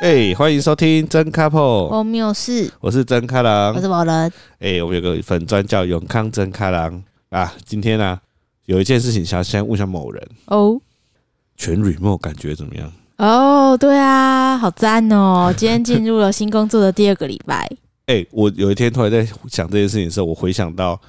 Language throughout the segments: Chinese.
哎、欢迎收听真 couple，我没有事，我是真开朗哦我。是宝人，哎、我们有个粉专叫永康真开朗啊。今天呢、有一件事情想要先问一下某人，哦全 remote 感觉怎么样？哦，对啊，好赞哦！今天进入了新工作的第二个礼拜， 哎、我有一天突然在想这件事情的时候，我回想到，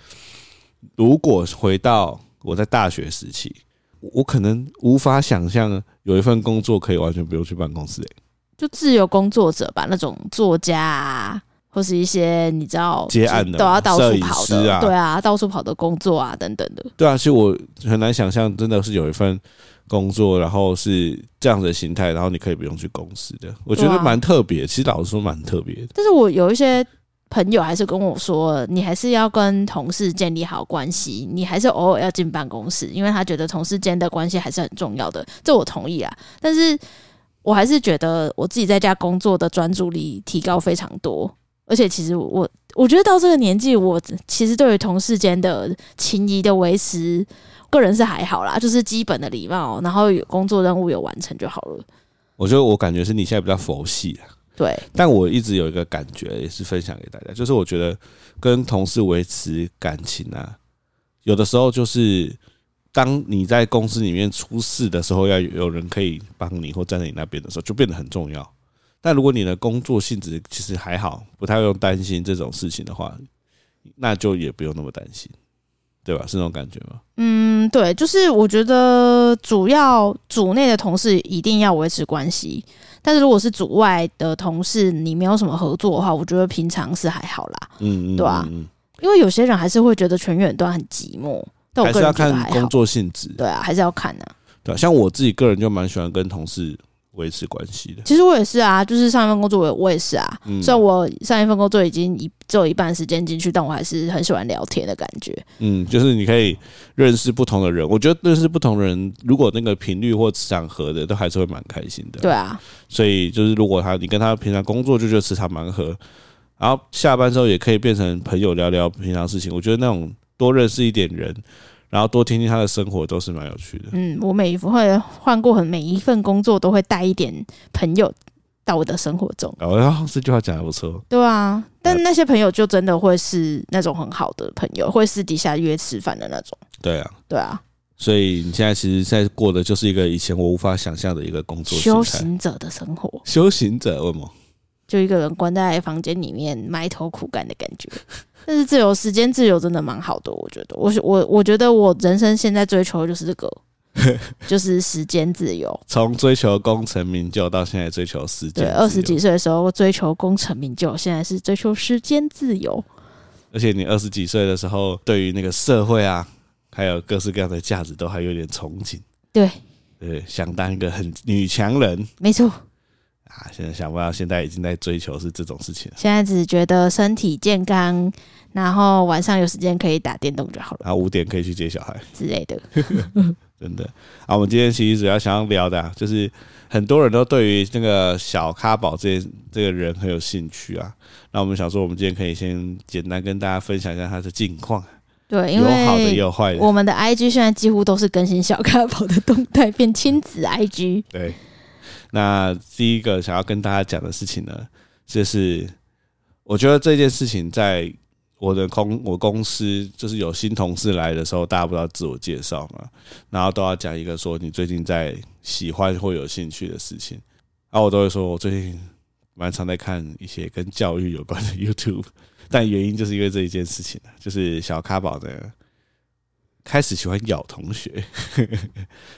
如果回到我在大学时期，我可能无法想象有一份工作可以完全不用去办公室、哎就自由工作者吧，那种作家啊，或是一些你知道接案的嘛都要到摄处影跑师的，啊对啊，到处跑的工作啊，等等的，对啊，其实我很难想象，真的是有一份工作，然后是这样的形态，然后你可以不用去公司的，我觉对得啊蛮特别。其实老实说，蛮特别的。但是我有一些朋友还是跟我说，你还是要跟同事建立好关系，你还是偶尔要进办公室，因为他觉得同事间的关系还是很重要的。这我同意啊，但是我还是觉得我自己在家工作的专注力提高非常多。而且其实我，我觉得到这个年纪，我其实对于同事间的情谊的维持，个人是还好啦，就是基本的礼貌，然后有工作任务有完成就好了。我觉得我感觉是你现在比较佛系啊，对，但我一直有一个感觉，也是分享给大家，就是我觉得跟同事维持感情啊，有的时候就是当你在公司里面出事的时候，要有人可以帮你或站在你那边的时候，就变得很重要。但如果你的工作性质其实还好，不太用担心这种事情的话，那就也不用那么担心，对吧？是那种感觉吗？嗯，对，就是我觉得主要组内的同事一定要维持关系，但是如果是组外的同事，你没有什么合作的话，我觉得平常是还好啦，嗯嗯，对啊嗯嗯因为有些人还是会觉得全远端很寂寞，但还我是个要人觉得看还工好，作性质，对啊，还是要看啊。对啊像我自己个人就蛮喜欢跟同事维持关系的。其实我也是啊，就是上一份工作我也我也是啊，嗯虽然我上一份工作已经一只有一半时间进去，但我还是很喜欢聊天的感觉。嗯，就是你可以认识不同的人，我觉得认识不同的人，如果那个频率或磁场合的，都还是会蛮开心的。对，啊，所以就是如果他你跟他平常工作就觉得磁场蛮合，然后下班之后也可以变成朋友聊聊平常事情，我觉得那种多认识一点人，然后多听听他的生活，都是蛮有趣的。嗯，我每一份会换过很每一份工作都会带一点朋友到我的生活中。哦，然后这句话讲的不错，对啊，呃但那些朋友就真的会是那种很好的朋友，会私底下约吃饭的那种。对啊，对啊，所以你现在其实现在过的就是一个以前我无法想象的一个工作修形态。行者的生活，修行者，为什么？就一个人关在房间里面埋头苦干的感觉。 但是自由时间自由真的蛮好的，我觉得。我我我觉得我人生现在追求的就是 这个，就是时间自由。从追求功成名就到现在追求时间对，自由，二十几岁的时候追求功成名就，现在是追求时间自由。而且你二十几岁的时候，对于那个社会啊，还有各式各样的价值，都还有点憧憬。对，对，想当一个很女强人没错。啊！现在想不到，现在已经在追求是这种事情了。现在只觉得身体健康，然后晚上有时间可以打电动就好了然后啊五点可以去接小孩，之类的。真的啊！我们今天其实主要想要聊的、啊，就是很多人都对于那个小咖宝这这个人很有兴趣啊。那我们想说，我们今天可以先简单跟大家分享一下他的近况，对，因有好的也为有坏的。我们的 IG 现在几乎都是更新小咖宝的动 态，变亲子 IG。对，那第一个想要跟大家讲的事情呢，就是我觉得这件事情在我的公我公司就是有新同事来的时候，大家不知道自我介绍嘛，然后都要讲一个说你最近在喜欢或有兴趣的事情，然后我都会说我最近蛮常在看一些跟教育有关的 YouTube，但原因就是因为这一件事情啊，就是小咖宝呢开始喜欢咬同学，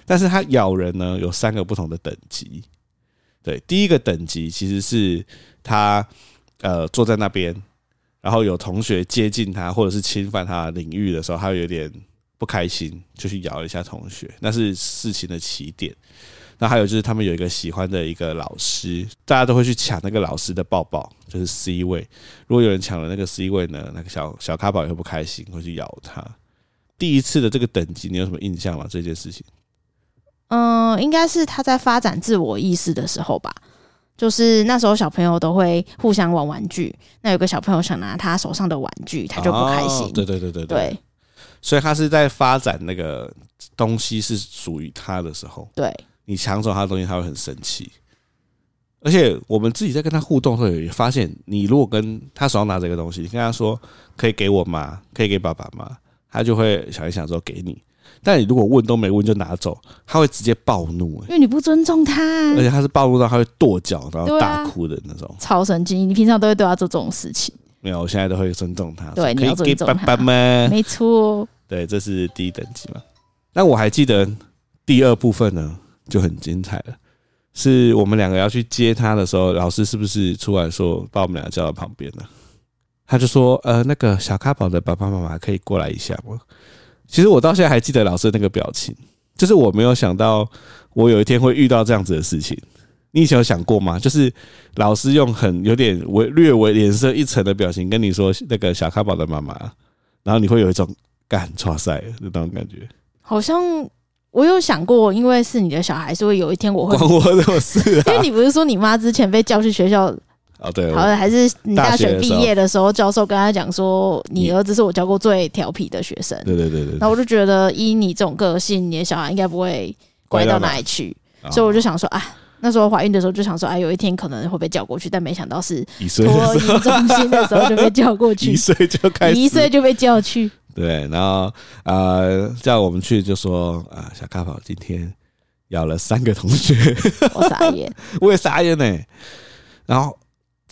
但是它咬人呢有三个不同的等级。对，第一个等级其实是他呃坐在那边，然后有同学接近他或者是侵犯他的领域的时候，他会有点不开心，就去咬一下同学，那是事情的起点。那还有就是他们有一个喜欢的一个老师，大家都会去抢那个老师的抱抱，就是 C 位。如果有人抢了那个 C 位呢，那个小小咖宝也会不开心，会去咬他。第一次的这个等级，你有什么印象吗？这件事情？嗯，应该是他在发展自我意识的时候吧。就是那时候小朋友都会互相玩玩具，那有个小朋友想拿他手上的玩具，他就不开心。哦对对对对对，对所以他是在发展那个东西是属于他的时候，对你抢走他的东西，他会很生气。而且我们自己在跟他互动的时候，也发现，你如果跟他手上拿着一个东西，你跟他说可以给我吗？可以给爸爸吗？他就会想一想说给你。但你如果问都没问就拿走，他会直接暴怒、欸因为你不尊重他而，且他是暴怒到他会跺脚，然后嗯对大啊哭的那种。超神经！你平常都会对他做这种事情，没有，我现在都会尊重他。说对你要可以给尊重爸他爸吗？没错。对，这是第一等级嘛。那我还记得第二部分呢，就很精彩了。是我们两个要去接他的时候，老师是不是出来说把我们俩叫到旁边呢？他就说：“呃，那个小咖宝的爸爸妈妈可以过来一下吗？”其实我到现在还记得老师的那个表情，就是我没有想到我有一天会遇到这样子的事情。你以前有想过吗？就是老师用很有点微略微脸色一沉的表情跟你说那个小咖宝的妈妈，然后你会有一种干 哇塞的那种感觉，好像我有想过，因为是你的小孩，所以有一天我会关， 我什么事因为啊？你不是说你妈之前被叫去学校， 哦，对，好像还是你大大学学的毕时候业的时候，教授跟他讲说，你你儿子是我教过最调皮的学生。对对对对然后我就觉得，依你这种个性，你的小孩应该不会乖到哪里去，对，哦所以我就就想说，啊，那时候怀孕的时候就想说，哎，有一天可能会被叫过去，但没想到是一岁托的时婴中心的时候就被叫过候一 去，岁就开始，一岁就被叫去，对，然后呃叫我们去就说啊、小咖宝今天咬了三个同学，我傻眼。我也傻眼呢、然后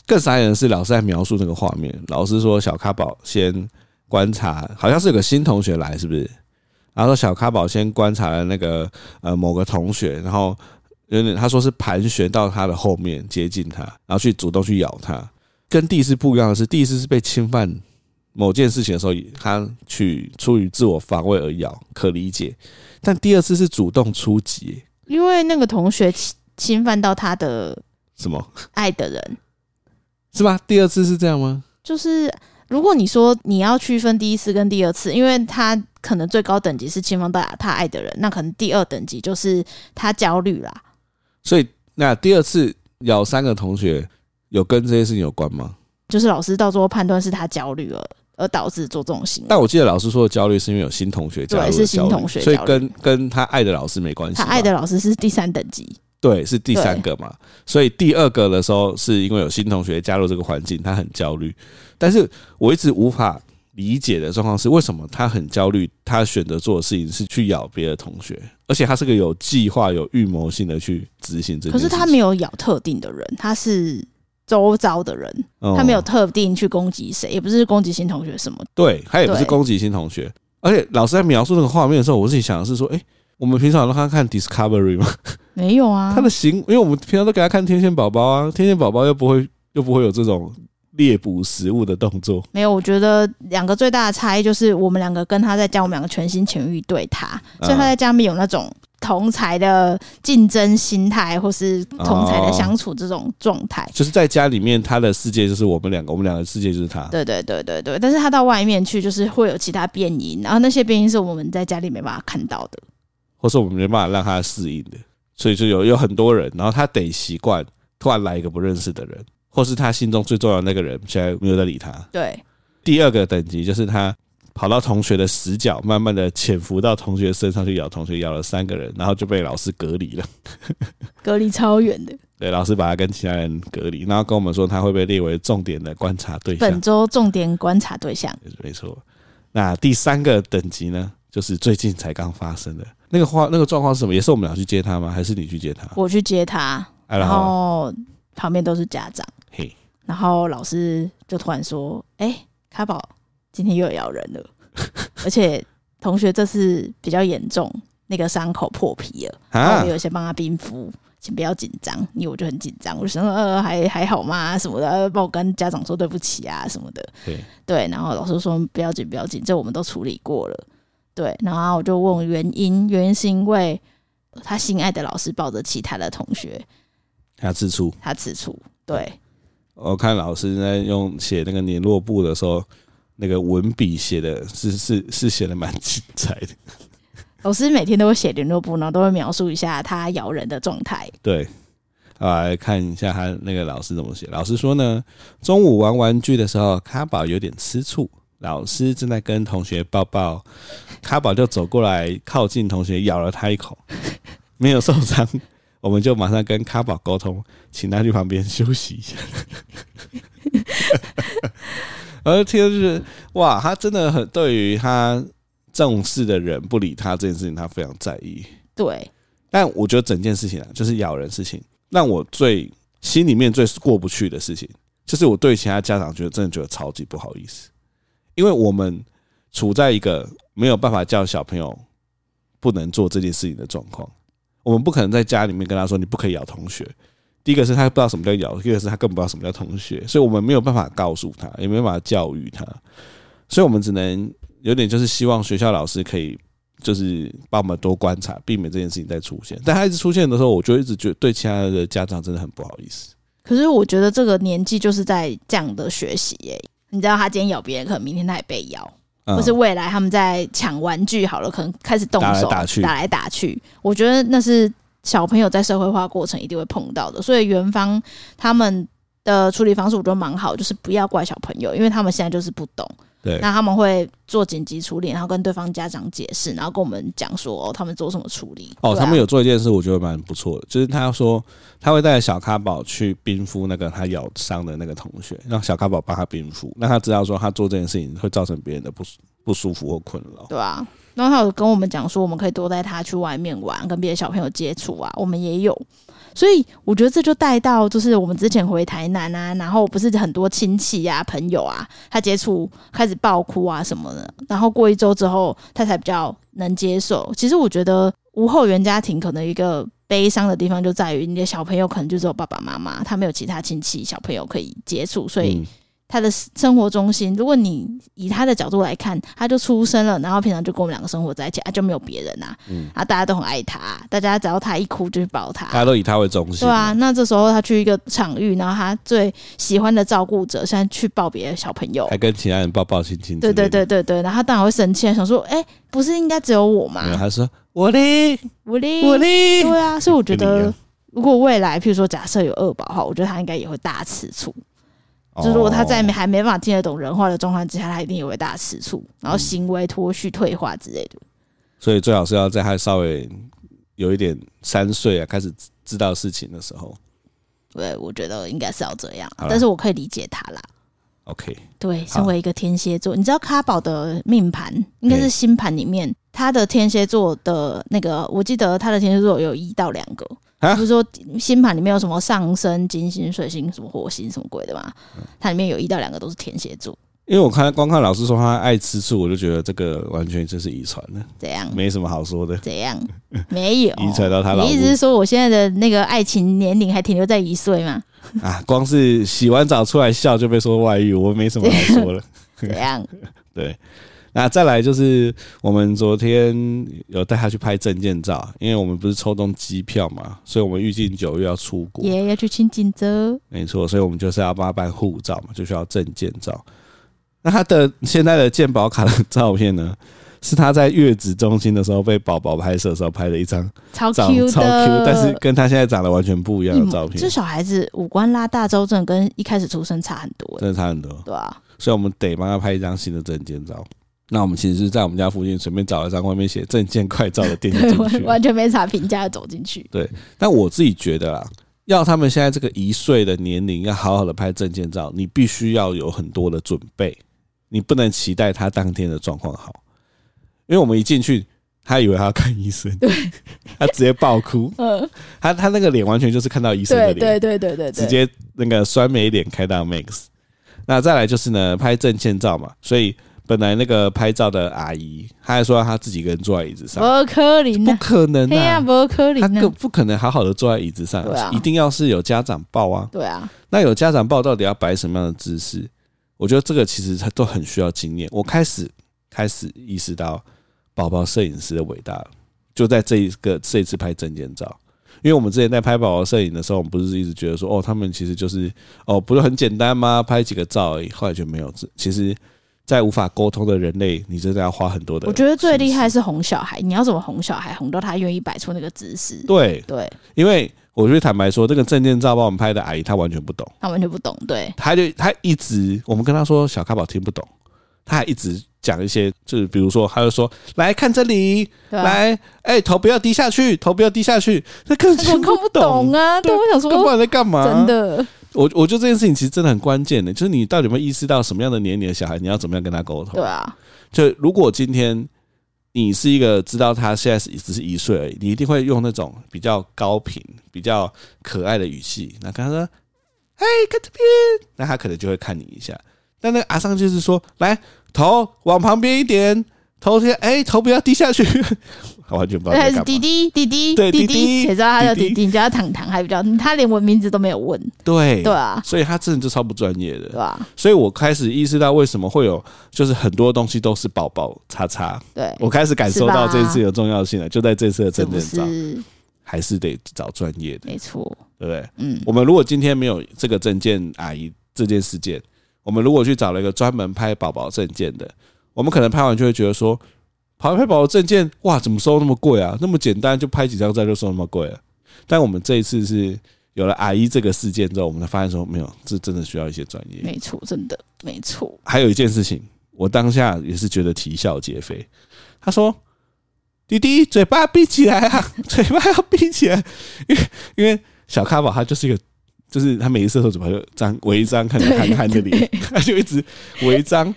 更傻眼的是，老师在描述那个画面。老师说，小咖宝先观察，好像是有个新同学来，是不是？然后说小咖宝先观察了那个呃某个同学，然后有点他说是盘旋到他的后面接近他，然后去主动去咬他。跟第一次不一样的是，第一次是被侵犯某件事情的时候，他去出于自我防卫而咬，可理解。但第二次是主动出击，因为那个同学侵侵犯到他的什么 爱的人，是吧？第二次是这样吗？就是如果你说你要区分第一次跟第二次，因为他可能最高等级是侵犯到他爱的人，那可能第二等级就是他焦虑啦。所以那第二次咬三个同学，有跟这些事情有关吗？就是老师到最后判断是他焦虑而而导致做这种行为。但我记得老师说的焦虑是因为有新同学加入了对是新焦虑同学所以焦虑跟跟他爱的老师没关系他吧。爱的老师是第三等级，对是第三个嘛，所以第二个的时候是因为有新同学加入这个环境，他很焦虑。但是我一直无法理解的状况是，为什么他很焦虑？他选择做的事情是去咬别的同学，而且他是个有计划、有预谋性的去执行这件可事是情。他没有咬特定的人，他是周遭的人，嗯他没有特定去攻击谁，也不是攻击新同学什么。对他也不是对攻击新同学，而且老师在描述那个画面的时候，我自己想的是说，哎、我们平常有让他看 Discovery 嘛，没有啊，他的行，因为我们平常都给他看天线宝宝啊，天线宝宝又不会又不会有这种猎捕食物的动作，没有，我觉得两个最大的差异就是我们两个跟他在家，我们两个全心全意对他，所以他在家里面有那种同才的竞争心态，或是同才的相处这种状态。就是在家里面他的世界就是我们两个，我们两个世界就是他。对对对对对，但是他到外面去就是会有其他变音，然后那些变音是我们在家里没办法看到的。或是我们没办法让他适应的，所以就有有很多人，然后他得习惯突然来一个不认识的人，或是他心中最重要的那个人现在没有在理他，对，第二个等级就是他跑到同学的死角，慢慢的潜伏到同学身上去咬同学，咬了三个人，然后就被老师隔离了。隔离超远的。对，老师把他跟其他人隔离，然后跟我们说他会被列为重点的观察对象本。周重点观察对象，没错。那第三个等级呢，就是最近才刚发生的那个话，那个状况是什么？也是我们俩去接他吗？还是你去接他？我去接他，哎然然后后旁边都是家长，嘿，然后老师就突然说：“哎、卡宝今天又咬人 了，而且同学这次比较严重，那个伤口破皮了，然后啊我，有先帮他冰敷。”请不要紧张，因为我就很紧张，我就想说呃还还好吗什么的，呃帮我跟家长说对不起啊什么的，对，对，然后老师说不要紧不要紧，这我们都处理过了，对，然后我就问原因，原因是因为他心爱的老师抱着其他的同学，他吃醋。他吃醋，对，我看老师在用写那个联络簿的时候，那个文笔写的是是是写的蛮精彩的。老师每天都会写联络簿，然后都会描述一下他咬人的状态。对，啊，来看一下他那个老师怎么写。老师说呢，中午玩玩具的时候，卡宝有点吃醋，老师正在跟同学抱抱， 卡宝就走过来靠近同学，咬了他一口，没有受伤。 我们就马上跟卡宝沟通，请他去旁边休息一下。 而且就是哇，他真的很对于他重视的人不理他这件事情，他非常在意。对，但我觉得整件事情啊，就是咬人事情，让我最心里面最过不去的事情，就是我对其他家长觉得真的觉得超级不好意思，因为我们处在一个没有办法叫小朋友不能做这件事情的状况，我们不可能在家里面跟他说你不可以咬同学。第一个是他不知道什么叫咬，第二个是他根本不知道什么叫同学，所以我们没有办法告诉他，也没有办法教育他，所以我们只能有点就是希望学校老师可以就是帮我们多观察，避免这件事情再出现。但他一直出现的时候，我就一直觉得对其他的家长真的很不好意思。可是我觉得这个年纪就是在这样的学习耶、你知道他今天咬别人，可能明天他也被咬，嗯或是未来他们在抢玩具好了，可能开始动打来手打去来打去我觉得那是小朋友在社会化过程一定会碰到的，所以园方他们的处理方式我觉得蛮好，就是不要怪小朋友，因为他们现在就是不懂。对那他们会做紧急处理，然后跟对方家长解释，然后跟我们讲说、哦、他们做什么处理。哦，对啊他们有做一件事，我觉得蛮不错的，就是他说他会带小咖宝去冰敷那个他咬伤的那个同学，让小咖宝帮他冰敷，让他知道说他做这件事情会造成别人的不舒不舒服或困扰。对啊，然后他有跟我们讲说，我们可以多带他去外面玩，跟别的小朋友接触啊，我们也有。所以我觉得这就带到，就是我们之前回台南啊，然后不是很多亲戚啊、朋友啊，他接触开始爆哭啊什么的，然后过一周之后，他才比较能接受。其实我觉得无后援家庭可能一个悲伤的地方就在于，你的小朋友可能就只有爸爸妈妈，他没有其他亲戚小朋友可以接触，所以嗯他的生活中心。如果你以他的角度来看，他就出生了，然后平常就跟我们两个生活在一起，啊，就没有别人啊，嗯啊，大家都很爱他，大家只要他一哭就去抱大家他。都以他为中心对，啊，那这时候他去一个场域，然后他最喜欢的照顾者现在去抱别的小朋友，还跟其他人抱抱亲亲之对类的。对对对对，然后他当然会生气，想说，哎、不是应该只有我吗？没有，他说我嘞，我嘞，啊我嘞，对啊，所以我觉跟你一得样，如果未来譬如说假设有二宝的话，我觉得他应该也会大吃醋。就是如果他在哦还没办法听得懂人话的状况之下，他一定也会大吃醋，然后行为脱序、退化之类的。所以最好是要在他稍微有一点三岁啊，开始知道事情的时候对，我觉得应该是要这样啊好，啦但是我可以理解他啦。 ，OK，对，好身为一个天蝎座，你知道卡宝的命盘应该是星盘里面，他的天蝎座的那个，我记得他的天蝎座有一到两个，啊比如说星盘里面有什么上升、金星、水星、什么火星、什么鬼的嘛，它里面有一到两个都是天蝎座，因为我看光看老师说他爱吃醋，我就觉得这个完全就是遗传的，这样没什么好说的。 怎样？ 没有遗传到他老母你意思是说我现在的那个爱情年龄还停留在一岁 吗？啊，光是洗完澡出来笑就被说外遇，我没什么好说了。怎样？对，那再来就是我们昨天有带他去拍证件照，因为我们不是抽中机票嘛，所以我们预计九月要出国。爷要去清景泽，没错，所以我们就是要帮他办护照嘛，就需要证件照。那他的现在的健保卡的照片呢， 是他在月子中心的时候被宝宝拍摄的时候拍的一张超长 Q 的，超 Q，但是跟他现在长得完全不一样的照片这，小孩子五官拉大之后，真的跟一开始出生差很多、欸，真的差很多。对啊，所以我们得帮他拍一张新的证件照。那我们其实是在我们家附近随便找了一张外面写“证件快照”的店就进完去了。 完全没啥评价就走进去。但我自己觉得啦，要他们现在这个一岁的年龄要好好的拍证件照，你必须要有很多的准备，你不能期待他当天的状况好，因为我们一进去，他以为他要看医生，他直接爆哭，嗯，他他那个脸完全 就是看到医生的对脸，对对对对对，直接那个酸梅脸开到 max。那再来就是呢，拍证件照嘛，所以本来那个拍照的阿姨，她还说她自己一个人坐在椅子上，伯克林不呐，可能嘿呀，啊，伯克林她呐更，不可能好好的坐在椅子上对啊，一定要是有家长抱啊。对啊，那有家长抱到底要摆什么样的姿势？我觉得这个其实他都很需要经验。我开始开始意识到宝宝摄影师的伟大了，就在这一个这一次拍证件照。因为我们之前在拍宝宝摄影的时候，我们不是一直觉得说，哦，他们其实就是，哦，不是很简单吗？拍几个照而已。后来就没有，这其实，在无法沟通的人类，你真的要花很多的。我觉得最厉害，是哄小孩，你要怎么哄小孩，哄到他愿意摆出那个姿势？对，对，因为我就坦白说，这个证件照帮我们拍的阿姨，她完全不懂。他完全不懂，对，他就他一直我们跟他说小咖宝听不懂，他还一直讲一些，就是比如说，他就说来看这里，对吧？来，哎、头不要低下去，头不要低下去，那根本但是我听看不懂懂， 啊，对，我想根说，本在干嘛？真，的，我我觉得这件事情其实真的很关键的，就是你到底有没有意识到什么样的年龄的小孩，你要怎么样跟他沟通对？啊，就如果今天你是一个知道他现在是只是一岁而已，你一定会用那种比较高频、比较可爱的语气，那跟他说：“嘿，看这边。”那他可能就会看你一下。但那个阿桑就是说：“来，头往旁边一点，头先，哎、头不要低下去。” 他完全不知道对，啊在还是干弟嘛。弟，弟弟，对弟弟弟谁知道他叫弟弟弟？你叫他糖糖还比较，他连我名字都没有问，对对啊，所以他真的就超不专业对啊的。吧？所以我开始意识到为什么会有，就是很多东西都是宝宝叉叉。对，我开始感受到这一次有重要性了，就在这次的是真不人照。是？还是得找专业的，没错，对不对？嗯，我们如果今天没有这个证件阿姨这件事件，我们如果去找了一个专门拍宝宝证件的，我们可能拍完就会觉得说，拍拍宝宝证件，哇，怎么收那么贵啊？那么简单就拍几张照就收那么贵了、啊但我们这一次是有了阿姨这个事件之后，我们才发现说，没有，这真的需要一些专业。没错，真的没错。 还有一件事情，我当下也是觉得啼笑皆非。他说：“弟弟，嘴巴闭起来啊， 嘴巴要闭起来， 因为因为小咖宝他就是一个，就是他每一次都怎么就张违章，看着憨憨的脸， 他就一直违章。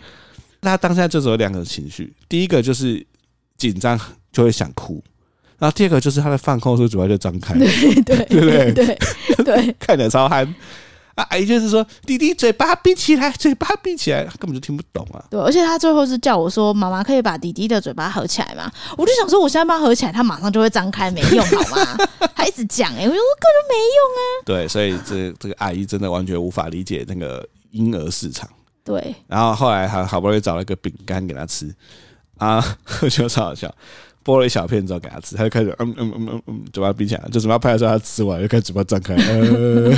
那他当下就只有两个情绪，第一个就是紧张就会想哭，然后第二个就是他在放空的时候嘴巴就张开，对对对不对 对对，看起来超憨。”啊，阿姨就是说，弟弟嘴巴闭起来，嘴巴闭起来，他根本就听不懂啊。对，而且他最后是叫我说：“妈妈可以把弟弟的嘴巴合起来吗？”我就想说，我现在帮他合起来，他马上就会张开，没用好 吗？他一直讲哎、欸，我就说根本没用啊。对，所以这这个阿姨真的完全无法理解那个婴儿市场。啊对，然后后来还好不容易找了一个饼干给她吃，啊，我觉得超好笑。剥了一小片之后给她吃，她就开始嗯嗯嗯嗯嗯，嘴巴闭起来，就嘴巴拍的时候她吃完，就开始嘴巴张开，呃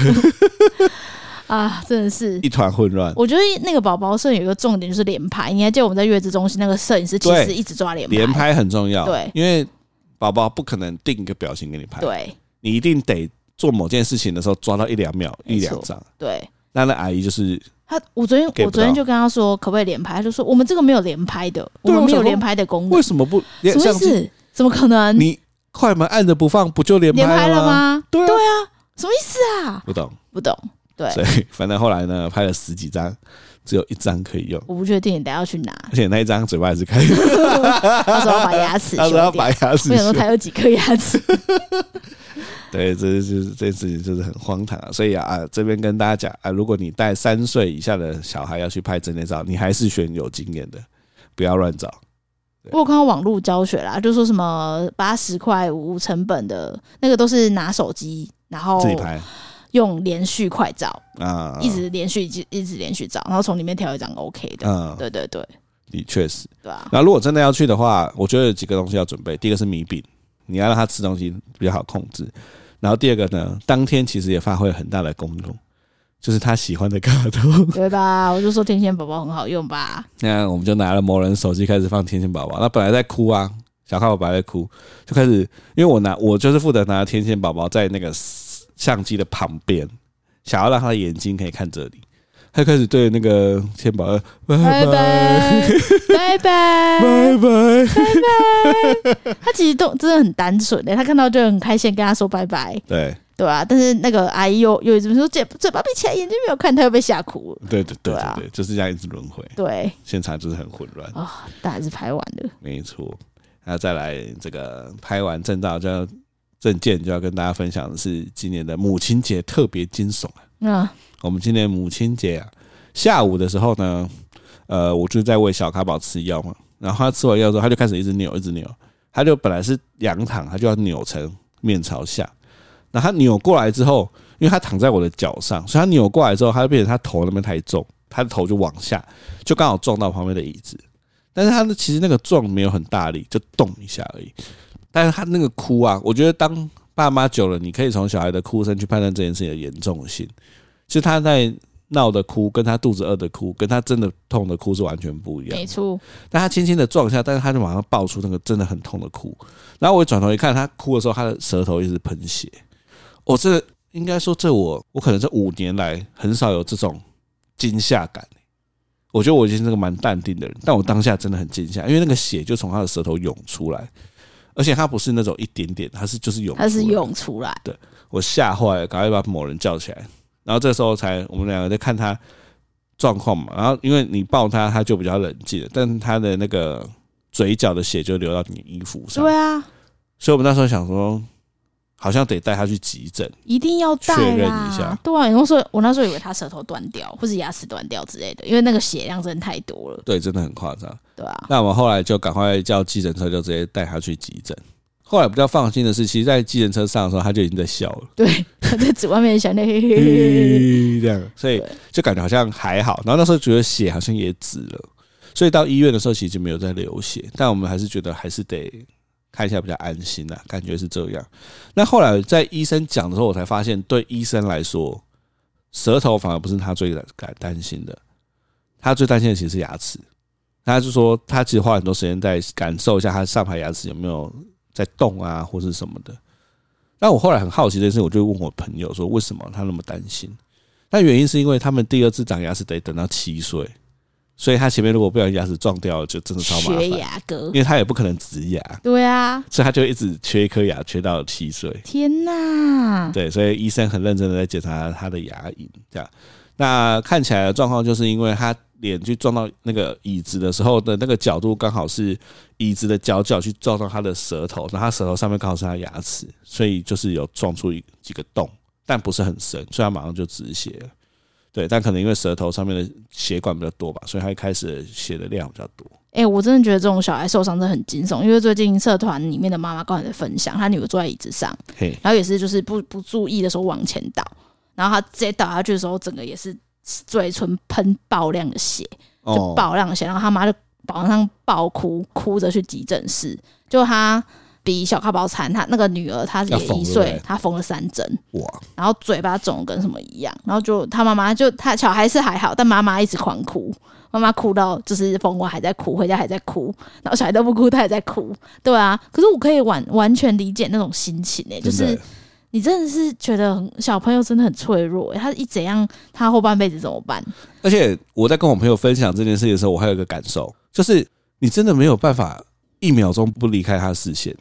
啊，真的是。一团混乱。我觉得那个宝宝摄影有一个重点就是连拍，你还记得我们在月子中心那个摄影师其实对一直抓连拍，连拍很重要，对因为宝宝不可能定一个表情给你拍，对你一定得做某件事情的时候抓到一两秒、没错一两张。对。那那阿姨就是他，我昨天给我不昨天到就跟他说可不可以连拍，他就说我们这个没有连拍的，我对们我没有想说连拍的功能为，什么不什连么意相机？思？怎么可能？你快门按着不放，不就连连拍拍了吗？吗？对啊对啊，什么意思啊？不懂。不懂，对，所以反正后来呢，拍了十几张，只有一张可以用，我不确定你等下要去拿而，且那一张嘴巴还是 开的，到时候要把牙 齿他修说要掉。拔牙齿我想修。说他有几颗牙齿，对，这就是这件事情就是很荒唐啊！所以啊，啊这边跟大家讲啊，如果你带三岁以下的小孩要去拍证件照，你还是选有经验的，不要乱找。我有看到网络教学啦，就说什么八十块无成本的那个都是拿手机，然后自己拍用连续快照，啊，哦一直连续一直一直连续照，然后从里面挑一张 OK 的，嗯，对对对的确是。对啊，那如果真的要去的话，我觉得有几个东西要准备。第一个是米饼，你要让他吃东西比较好控制。然后第二个呢，当天其实也发挥了很大的功用， 就是他喜欢的卡通。对吧？我就说天线宝宝很好用吧，那我们就拿了某人手机开始放《天线宝宝》，那本来在哭啊，小咖宝宝在哭，就开始，因为我拿我就是负责拿《天线宝宝》在那个相机的旁边，想要让他的眼睛可以看这里，他就开始对那个天宝宝呃拜拜拜拜拜拜拜，他其实都真的很单纯欸的、他看到就很开心，跟他说拜拜， 对对啊，但是那个阿姨又又一直说嘴嘴巴闭起来，眼睛没有看，她又被吓哭了。对对对对啊对对，就是这样一直轮回，对现场就是很混乱。啊、但还是拍完了。没错，那再来这个拍完证照就要证件就要跟大家分享的是今年的母亲节特别惊悚啊！那、我们今年母亲节啊，下午的时候呢，呃，我就在喂小咖宝吃药嘛，然后他吃完药之后，他就开始一直扭，一直扭，他就本来是仰躺，他就要扭成面朝下，那他扭过来之后，因为他躺在我的脚上，所以他扭过来之后，他就变成他头那边太重，他的头就往下，就刚好撞到旁边的椅子。但是他的其实那个撞没有很大力，就动一下而已。但是他那个哭啊，我觉得当爸妈久了，你可以从小孩的哭声去判断这件事情的严重性。其实他在闹的哭，跟他肚子饿的哭，跟他真的痛的哭是完全不一样的没。错，但他轻轻的撞一下，但是他就马上爆出那个真的很痛的哭。然后我一转头一看，他哭的时候，他的舌头一直喷血。我、这应该说，这我我可能这五年来很少有这种惊吓感。欸我觉得我已经是个蛮淡定的人，但我当下真的很惊吓，因为那个血就从他的舌头涌出来，而且他不是那种一点点，他是就是涌出来，它是涌出来，我吓坏了，赶快把某人叫起来。然后这时候才我们两个在看他状况嘛。然后因为你抱他，他就比较冷静了，但他的那个嘴角的血就流到你衣服上对，啊，所以我们那时候想说，好像得带他去急诊。一定要带确认啦一下对啊，我说我那时候以为他舌头断掉或者牙齿断掉之类的，因为那个血量真的太多了，对，真的很夸张。对啊，那我们后来就赶快叫计程车，就直接带他去急诊。后来比较放心的是，其实，在计程车上的时候，他就已经在笑了，对，他在纸外面想那嘿嘿嘿嘿嘿，这样， 所以对就感觉好像还好。然后那时候觉得血好像也止了，所以到医院的时候其实没有在流血，但我们还是觉得还是得看一下比较安心啊，感觉是这样。那后来在医生讲的时候，我才发现，对医生来说，舌头反而不是他最感担心的，他最担心的其实是牙齿。他就说，他其实花很多时间在感受一下他上排牙齿有没有在动啊，或是什么的。那我后来很好奇这件事，我就问我朋友说，为什么他那么担心？那原因是因为他们第二次长牙齿得等到七岁，所以他前面如果不小心牙齿撞掉了，就真的超麻学烦，牙哥因，为他也不可能植牙，对啊，所以他就一直缺一颗牙，缺到七岁。天哪，对，所以医生很认真的在检查他的牙龈，这样。那看起来的状况就是因为他脸去撞到那个椅子的时候的那个角度刚好是椅子的角角去撞到他的舌头，然后他舌头上面刚好是他牙齿，所以就是有撞出一几个洞，但不是很深，所以他马上就止血了。对，但可能因为舌头上面的血管比较多吧，所以他一开始血的量比较多。哎、我真的觉得这种小孩受伤真的很惊悚，因为最近社团里面的妈妈刚才在分享，她女儿坐在椅子上，嘿，然后也是就是不不注意的时候往前倒，然后她直接倒下去的时候，整个也是嘴唇喷爆量的血，哦就爆量的血，然后他妈就往上爆哭，哭着去急诊室，就她比小咖宝惨，她那个女儿她也要缝一对不岁对，她缝了三针，哦哇，然后嘴巴肿得跟什么一样，然后就他妈妈就他小孩是还好，但妈妈一直狂哭，妈妈哭到就是疯狂还在哭，回家还在哭，然后小孩都不哭，他也在哭，对啊。可是我可以完完全理解那种心情诶、就真的是你真的是觉得很小朋友真的很脆弱、欸，他一怎样，他后半辈子怎么办？而且我在跟我朋友分享这件事情的时候，我还有一个感受，就是你真的没有办法一秒钟不离开他的视线。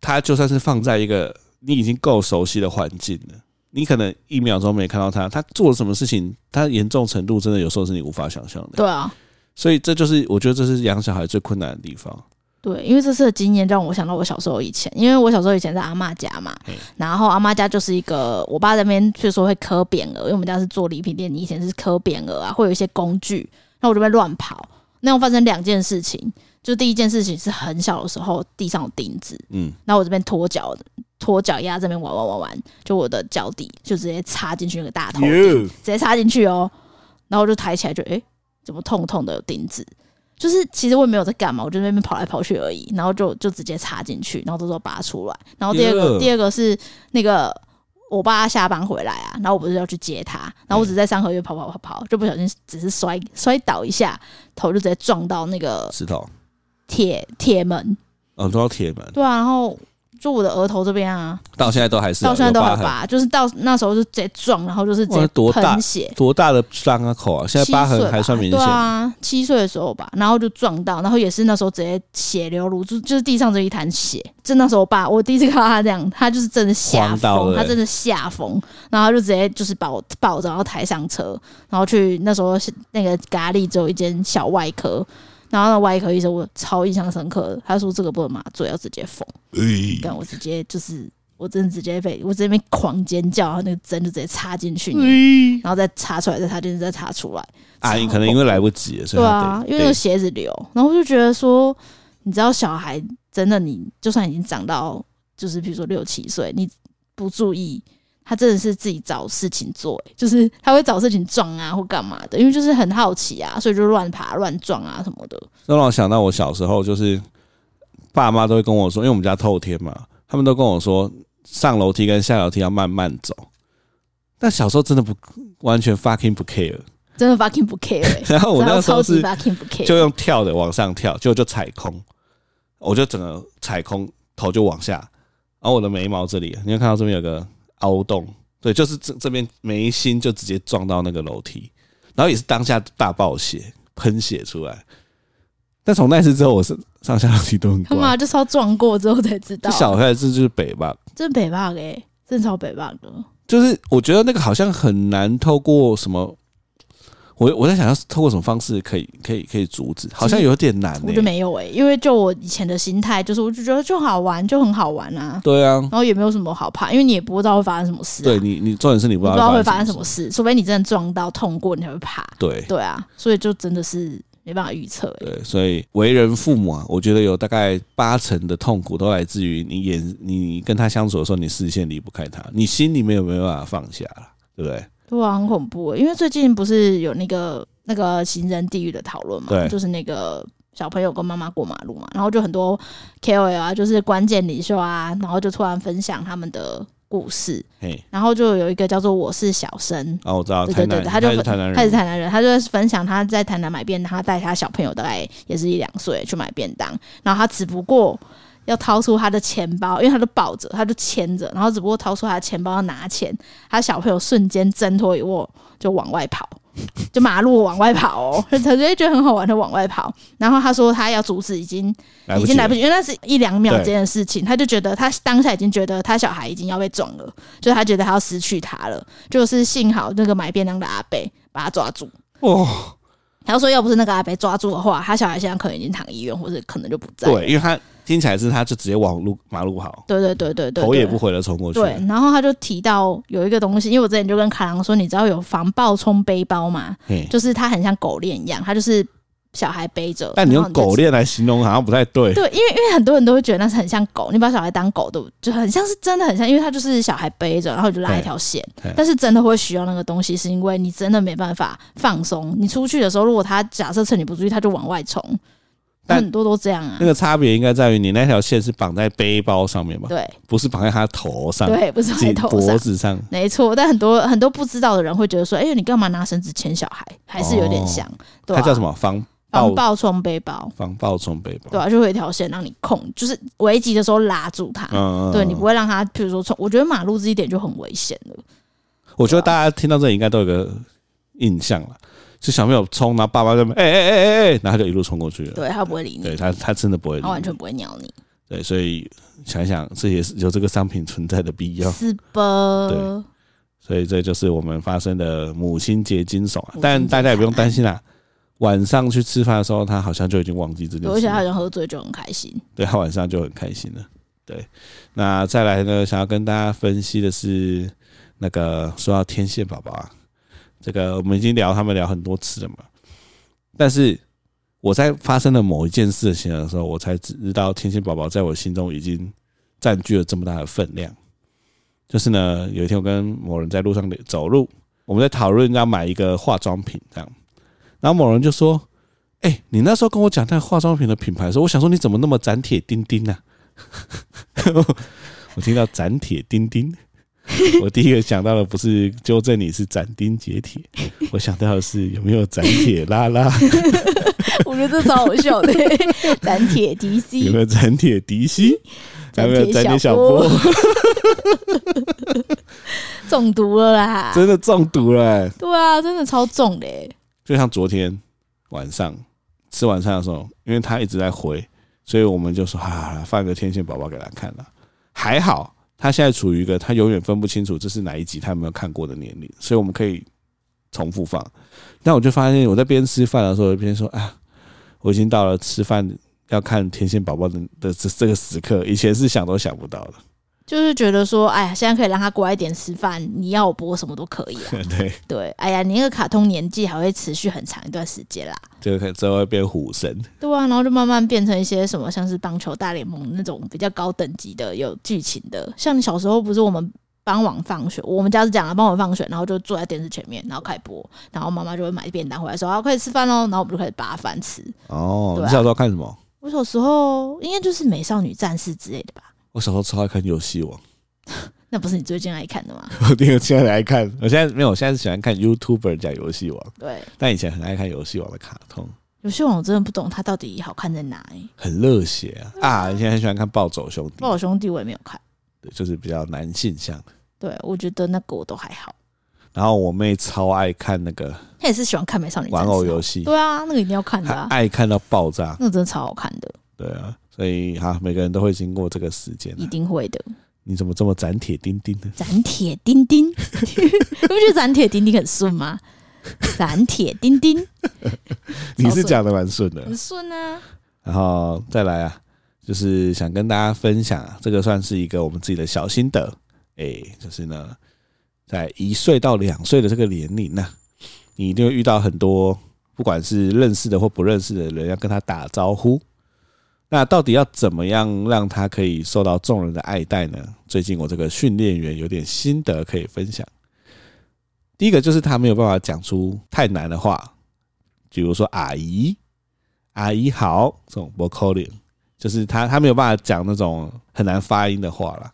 他就算是放在一个你已经够熟悉的环境了，你可能一秒钟没看到他，他做了什么事情，他严重程度真的有时候是你无法想象的。对啊，所以这就是我觉得这是养小孩最困难的地方。对，因为这次的经验让我想到我小时候以前，因为我小时候以前在阿嬷家嘛，然后阿嬷家就是一个我爸在那边就说会磕匾额，因为我们家是做礼品店，你以前是磕匾额啊，会有一些工具，那我这边乱跑，那我发生两件事情，就第一件事情是很小的时候地上有钉子，嗯，然后我这边拖脚拖脚丫这边玩玩玩玩，就我的脚底就直接插进去那个大头钉，嗯直接插进去哦。然后我就抬起来就，诶怎么痛痛的有钉子？就是其实我也没有在干嘛，我就在那边跑来跑去而已。然后就就直接插进去，然后都说拔出来。然后第二个哟第二个是那个我爸下班回来啊，然后我不是要去接他，然后我只是在三合院跑跑跑跑，就不小心只是摔摔倒一下，头就直接撞到那个石头，铁铁门，嗯，都要铁门，对啊，然后就我的额头这边啊，到现在都还是到现在都有还疤有痕。疤，就是到那时候就直接撞，然后就是直哇接多大喷血，多大的伤啊口啊！现在七疤岁痕吧还算明显对，啊，七岁的时候吧，然后就撞到，然后也是那时候直接血流如注，就是地上这一滩血。就那时候我爸，我第一次看到他这样，他就是真的吓慌到疯，了他真的吓疯，然后他就直接就是把我抱着，然后抬上车，然后去那时候是那个咖喱只有一间小外科。然后那外科医生我超印象深刻的，他说这个不能麻醉，要直接缝。哎但我直接就是，我真的直接被我在那边狂尖叫，然后那个针就直接插进去里面，哎然后再插出来，再插进去，再插出来。阿姨可能因为来不及了，所以对他得啊，因为得那个鞋子流，然后我就觉得说，你知道小孩真的你，就算已经长到就是比如说六七岁，你不注意，他真的是自己找事情做、欸就是他会找事情撞啊或干嘛的，因为就是很好奇啊，所以就乱爬乱撞啊什么的。这让我想到我小时候，就是爸妈都会跟我说，因为我们家透天嘛，他们都跟我说上楼梯跟下楼梯要慢慢走。但小时候真的不完全 fucking 不 care，真的 fucking 不 care，、欸、然 后我然那后时候超级是 fucking 不 care，就用跳的往上跳，结果就踩空，我就整个踩空，头就往下，然后我的眉毛这里，你会看到这边有个凹洞，对，就是这这边眉心就直接撞到那个楼梯，然后也是当下大爆血，喷血出来。但从那次之后，我是上下楼梯都很他妈乖。就是要撞过之后才知道这，小孩子就是北吧，真北霸哎、欸，真超北霸的。就是我觉得那个好像很难透过什么，我我在想要透过什么方式可以可以可以阻止，好像有点难欸我呢、就没有哎、因为就我以前的心态，就是我就觉得就好玩，就很好玩啊，对啊，然后也没有什么好怕，因为你也不知道会发生什么事、啊，对你你重点是你不你知道不知道会发发生什么事。事，除非你真的撞到痛过，你才会怕。对对啊，所以就真的是没办法预测、欸。对，所以为人父母啊，我觉得有大概八成的痛苦都来自于你眼你跟他相处的时候，你视线离不开他，你心里面有没有办法放下啦对不对？对啊，很恐怖、欸。因为最近不是有那个那个行人地狱的讨论嘛，对就是那个小朋友跟妈妈过马路嘛，然后就很多 KOL 啊，就是关键领袖啊，然后就突然分享他们的故事，嘿，然后就有一个叫做我是小生。哦，我知道，对台对对南，对，他就也是分台南人，他是台南人，他就分享他在台南买便当，他带他小朋友大概也是一两岁去买便当，然后他只不过要掏出他的钱包，因为他都抱着，他就牵着，然后只不过掏出他的钱包要拿钱，他小朋友瞬间挣脱一握就往外跑，就马路往外跑哦， 他就会觉得很好玩的往外跑，然后他说他要阻止已经来已不经及来不了及，因为那是一两秒对之间的事情，他就觉得他当下已经觉得他小孩已经要被撞了，就是他觉得他要失去他了，就是幸好那个买便当的阿贝把他抓住。哦，他说：“要不是那个阿贝抓住的话，他小孩现在可能已经躺医院，或者可能就不在。”对，因为他听起来是他就直接往路马路跑，对对对对对，头也对不回的冲过去，对，然后他就提到有一个东西，因为我之前就跟卡郎说，你知道有防爆冲背包吗？嘿，就是它很像狗链一样，它就是小孩背着。但你然用后就狗链来形容好像不太对，对，因为因为很多人都会觉得那是很像狗，你把小孩当狗都就很像是真的很像，因为他就是小孩背着，然后你就拉一条线嘿。但是真的会需要那个东西，是因为你真的没办法放松。你出去的时候，如果他假设趁你不注意，他就往外冲，但很多都这样啊那。个差别应该在于你那条线是绑在背包上面吧，对不是绑在他头上、对，不是在颈头脖上。子上，没错，但很多很多不知道的人会觉得说：“哎、呦，你干嘛拿绳子牵小孩？”还是有点像，对它吧、叫什么防防爆爆冲背包，防爆冲背包，对吧、啊就会有一条线让你控，就是危急的时候拉住它。嗯，嗯对你不嗯会让他，譬如说冲，我觉得马路这一点就很危险了。我觉得大家听到这里应该都有个印象了，就小朋友冲，然后爸爸在那边哎哎哎哎哎，然后他就一路冲过去了。对他不会理你，对他，他真的不会理他你完全不会鸟你，对，所以想一想，这也是有这个商品存在的必要。是吧？对所以这就是我们发生的母亲节惊悚啊母亲节！但大家也不用担心啦，晚上去吃饭的时候，他好像就已经忘记这件对而事且他好了，像喝醉就很开 心。对他晚上就很开心了。对，那再来呢，想要跟大家分析的是那个说到天线宝宝啊，这个我们已经聊他们聊很多次了嘛，但是我在发生了某一件事情的时候，我才知道天线宝宝在我心中已经占据了这么大的分量。就是呢，有一天我跟某人在路上走路，我们在讨论要买一个化妆品这样，然后某人就说：“哎、你那时候跟我讲那个化妆品的品牌的时候，我想说你怎么那么斩铁钉钉呢、 我听到斩铁钉钉，我第一个想到的不是纠正你是斩钉截铁，我想到的是有没有斩铁拉 拉，我觉得这超好笑的， 斩铁 DC，有没有斩铁迪西，有没有斩铁小波，波 中毒了啦！真的中毒了欸、对啊，真的超重的欸，就像昨天晚上吃晚餐的时候，因为他一直在回，所以我们就说啊，放个天线宝宝给他看了。还好他现在处于一个他永远分不清楚这是哪一集他有没有看过的年龄，所以我们可以重复放。但我就发现我在边吃饭的时候，我边说啊，我已经到了吃饭要看天线宝宝的的这这个时刻，以前是想都想不到的。就是觉得说，哎呀，现在可以让他过来一点吃饭，你要我播什么都可以啊。对，对，哎呀，你那个卡通年纪还会持续很长一段时间啦。就可以之后会变虎神。对啊，然后就慢慢变成一些什么，像是棒球大联盟那种比较高等级的有剧情的。像你小时候不是我们傍晚放学，我们家是这样啊，傍晚放学，然后就坐在电视前面，然后开播，然后妈妈就会买便当回来说，啊，快始吃饭喽，然后我们就开始扒饭吃。哦，对啊你小时候看什么？我小时候应该就是美少女战士之类的吧？我小时候超爱看《游戏王》。那不是你最近爱看的吗？ 我定现在来看，我现在没有，我现在是喜欢看 YouTuber 讲游戏王，对，但以前很爱看游戏王的卡通，有些网我真的不懂它到底好看在哪里、欸。很热血啊！啊，以前很喜欢看《暴走兄弟暴》，走兄弟我也没有看，对，就是比较男性向的。对我觉得那个我都还好。然后我妹超爱看那个他也是喜欢看《美少女战玩士》偶游戏，戏，对啊，那个一定要看的、她啊，爱看到爆炸。那个真的超好看的，对啊，所以哈，每个人都会经过这个时间啊、一定会的。你怎么这么斩铁钉钉呢？斩铁钉钉， 你不觉得斩铁钉钉很顺吗？斩铁钉钉你是讲的蛮顺的。 很顺啊，然后再来啊，就是想跟大家分享、啊，这个算是一个我们自己的小心得。哎、就是呢，在一岁到两岁的这个年龄呢、你一定会遇到很多不管是认识的或不认识的人，要跟他打招呼。那到底要怎么样让他可以受到众人的爱戴呢？最近我这个训练员有点心得可以分享。第一个就是他没有办法讲出太难的话，比如说阿姨、阿姨好这种 v o c a l i 就是他他没有办法讲那种很难发音的话啦。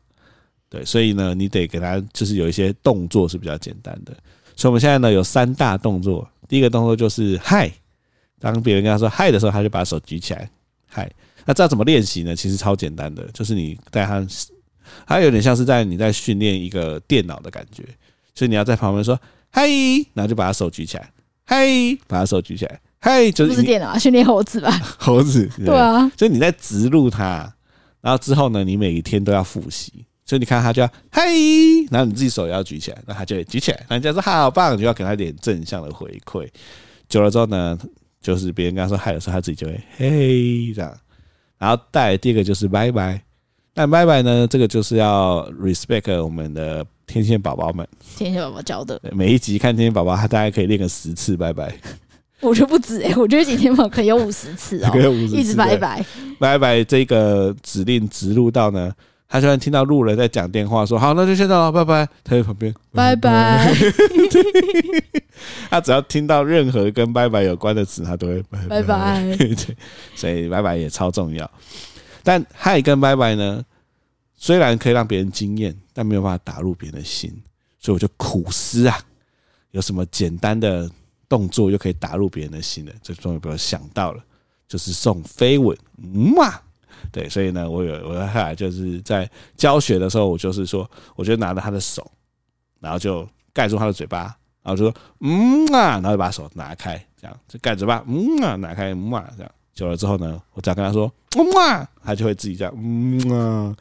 对，所以呢，你得给他就是有一些动作是比较简单的。所以我们现在呢有三大动作，第一个动作就是嗨，当别人跟他说嗨的时候，他就把手举起来，嗨。那这要怎么练习呢？其实超简单的，就是你带他，他有点像是在你在训练一个电脑的感觉，所以你要在旁边说嗨，然后就把他手举起来，嗨，把他手举起来，嗨，就不是是你电脑啊训练猴子吧？猴子，对啊，所以你在植入它，然后之后呢，你每一天都要复习。所以你看他就要嗨，然后你自己手也要举起来，那他就会举起来。人家说好棒，你就要给他一点正向的回馈。久了之后呢，就是别人跟他说嗨的时候，他自己就会嘿这样。然后带来第二个就是拜拜，那拜拜呢，这个就是要 respect 我们的天线宝宝们。天蝎宝宝教的，对每一集看天线宝宝，他大概可以练个十次拜拜，我觉得不 止哎、我觉得今天宝可能有五十次哦、可以五十次嗯一直拜拜，拜拜这个指令植入到呢，他突然听到路人在讲电话说，好，那就先到了，拜拜。他在旁边，拜拜， 他只要听到任何跟拜拜有关的词，他都会拜拜拜对， 所以拜拜也超重要。但嗨跟拜拜呢，虽然可以让别人惊艳，但没有办法打入别人的心，所以我就苦思啊，有什么简单的动作又可以打入别人的心的？这终于被我想到了，就是送飞吻，嗯嘛。对，所以呢，我有我后来就是在教学的时候，我就是说，我就拿着他的手，然后就盖住他的嘴巴，然后就说嗯啊，然后就把手拿开，这样就盖嘴巴，嗯啊，拿开，嗯啊，这样久了之后呢，我只要跟他说嗯啊，他就会自己这样嗯啊，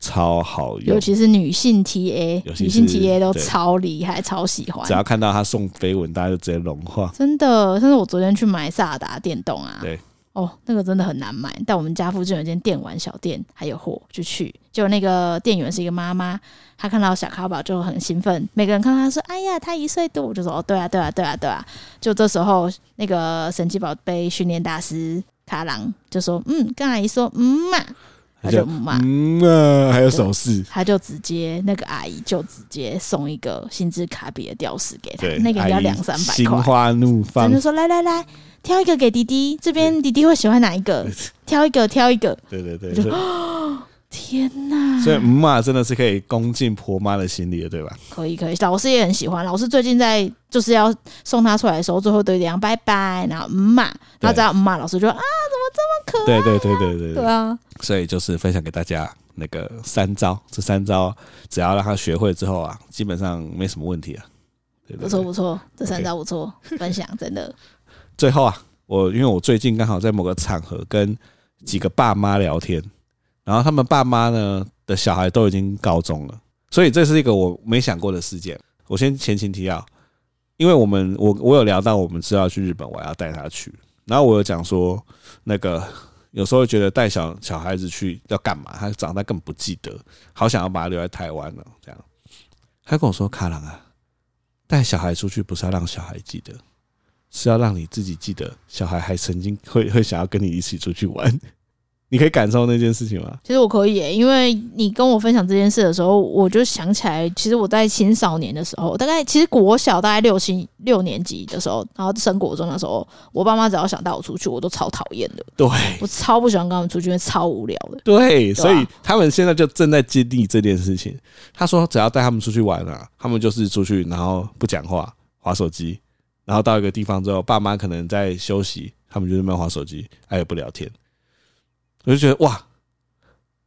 超好用尤。其是女性 TA，尤其是女性 TA 都对超厉害，超喜欢只，要看到他送飞吻，大家就直接融化。真的。甚至我昨天去买萨达电动啊，对，哦，那个真的很难买。但我们家附近有一间电玩小店，还有货，就去。结果那个店员是一个妈妈，她看到小咖宝就很兴奋，每个人看到她说：“哎呀，她一岁多。”我就说：“哦，对啊，对啊，对啊，对啊。”就这时候，那个神奇宝贝训练大师卡郎就说：“嗯，跟阿姨说，嗯嘛。”他他就就嗯嘛，嗯啊，还有手势，他就直接那个阿姨就直接送一个星之卡比的吊饰给他对，，那个阿要姨两三百心块。花怒咱放就，说来来来，挑一个给弟弟，这边弟弟会喜欢哪一个？挑一个，挑一个。对对对，就所以天 哪！所以嗯啊真的是可以攻进婆妈的心里的，对吧？可以可以，老师也很喜欢。老师最近在就是要送他出来的时候，最后都一定要拜拜，然后嗯嘛，然后只要嗯嘛，老师就啊怎么这么可 爱？对对对对对对啊，所以就是分享给大家那个三招，这三招只要让他学会之后啊，基本上没什么问题啊。对不对错对。不错，这 OK 三招不错，分享真的最后啊，我因为我最近刚好在某个场合跟几个爸妈聊天，然后他们爸妈呢的小孩都已经高中了，所以这是一个我没想过的事件。我先前情提要，因为我们我我有聊到我们是要去日本，我要带他去，然后我有讲说那个。有时候觉得带小小孩子去要干嘛？他长大根本不记得，好想要把他留在台湾呢、这样，他跟我说：“卡郎啊，带小孩出去不是要让小孩记得，是要让你自己记得，小孩还曾经会会想要跟你一起出去玩。 你可以感受那件事情吗？其实我可以耶、因为你跟我分享这件事的时候，我就想起来，其实我在青少年的时候，大概其实国小大概六七六年级的时候，然后升国中的时候，我爸妈只要想带我出去，我都超讨厌的，对我超不喜欢跟他们出去，因为超无聊的。对，啊所以他们现在就正在经历这件事情。他说，只要带他们出去玩啊，他们就是出去，然后不讲话，划手机，然后到一个地方之后，爸妈可能在休息，他们就在那边划手机，还有不聊天。我就觉得哇，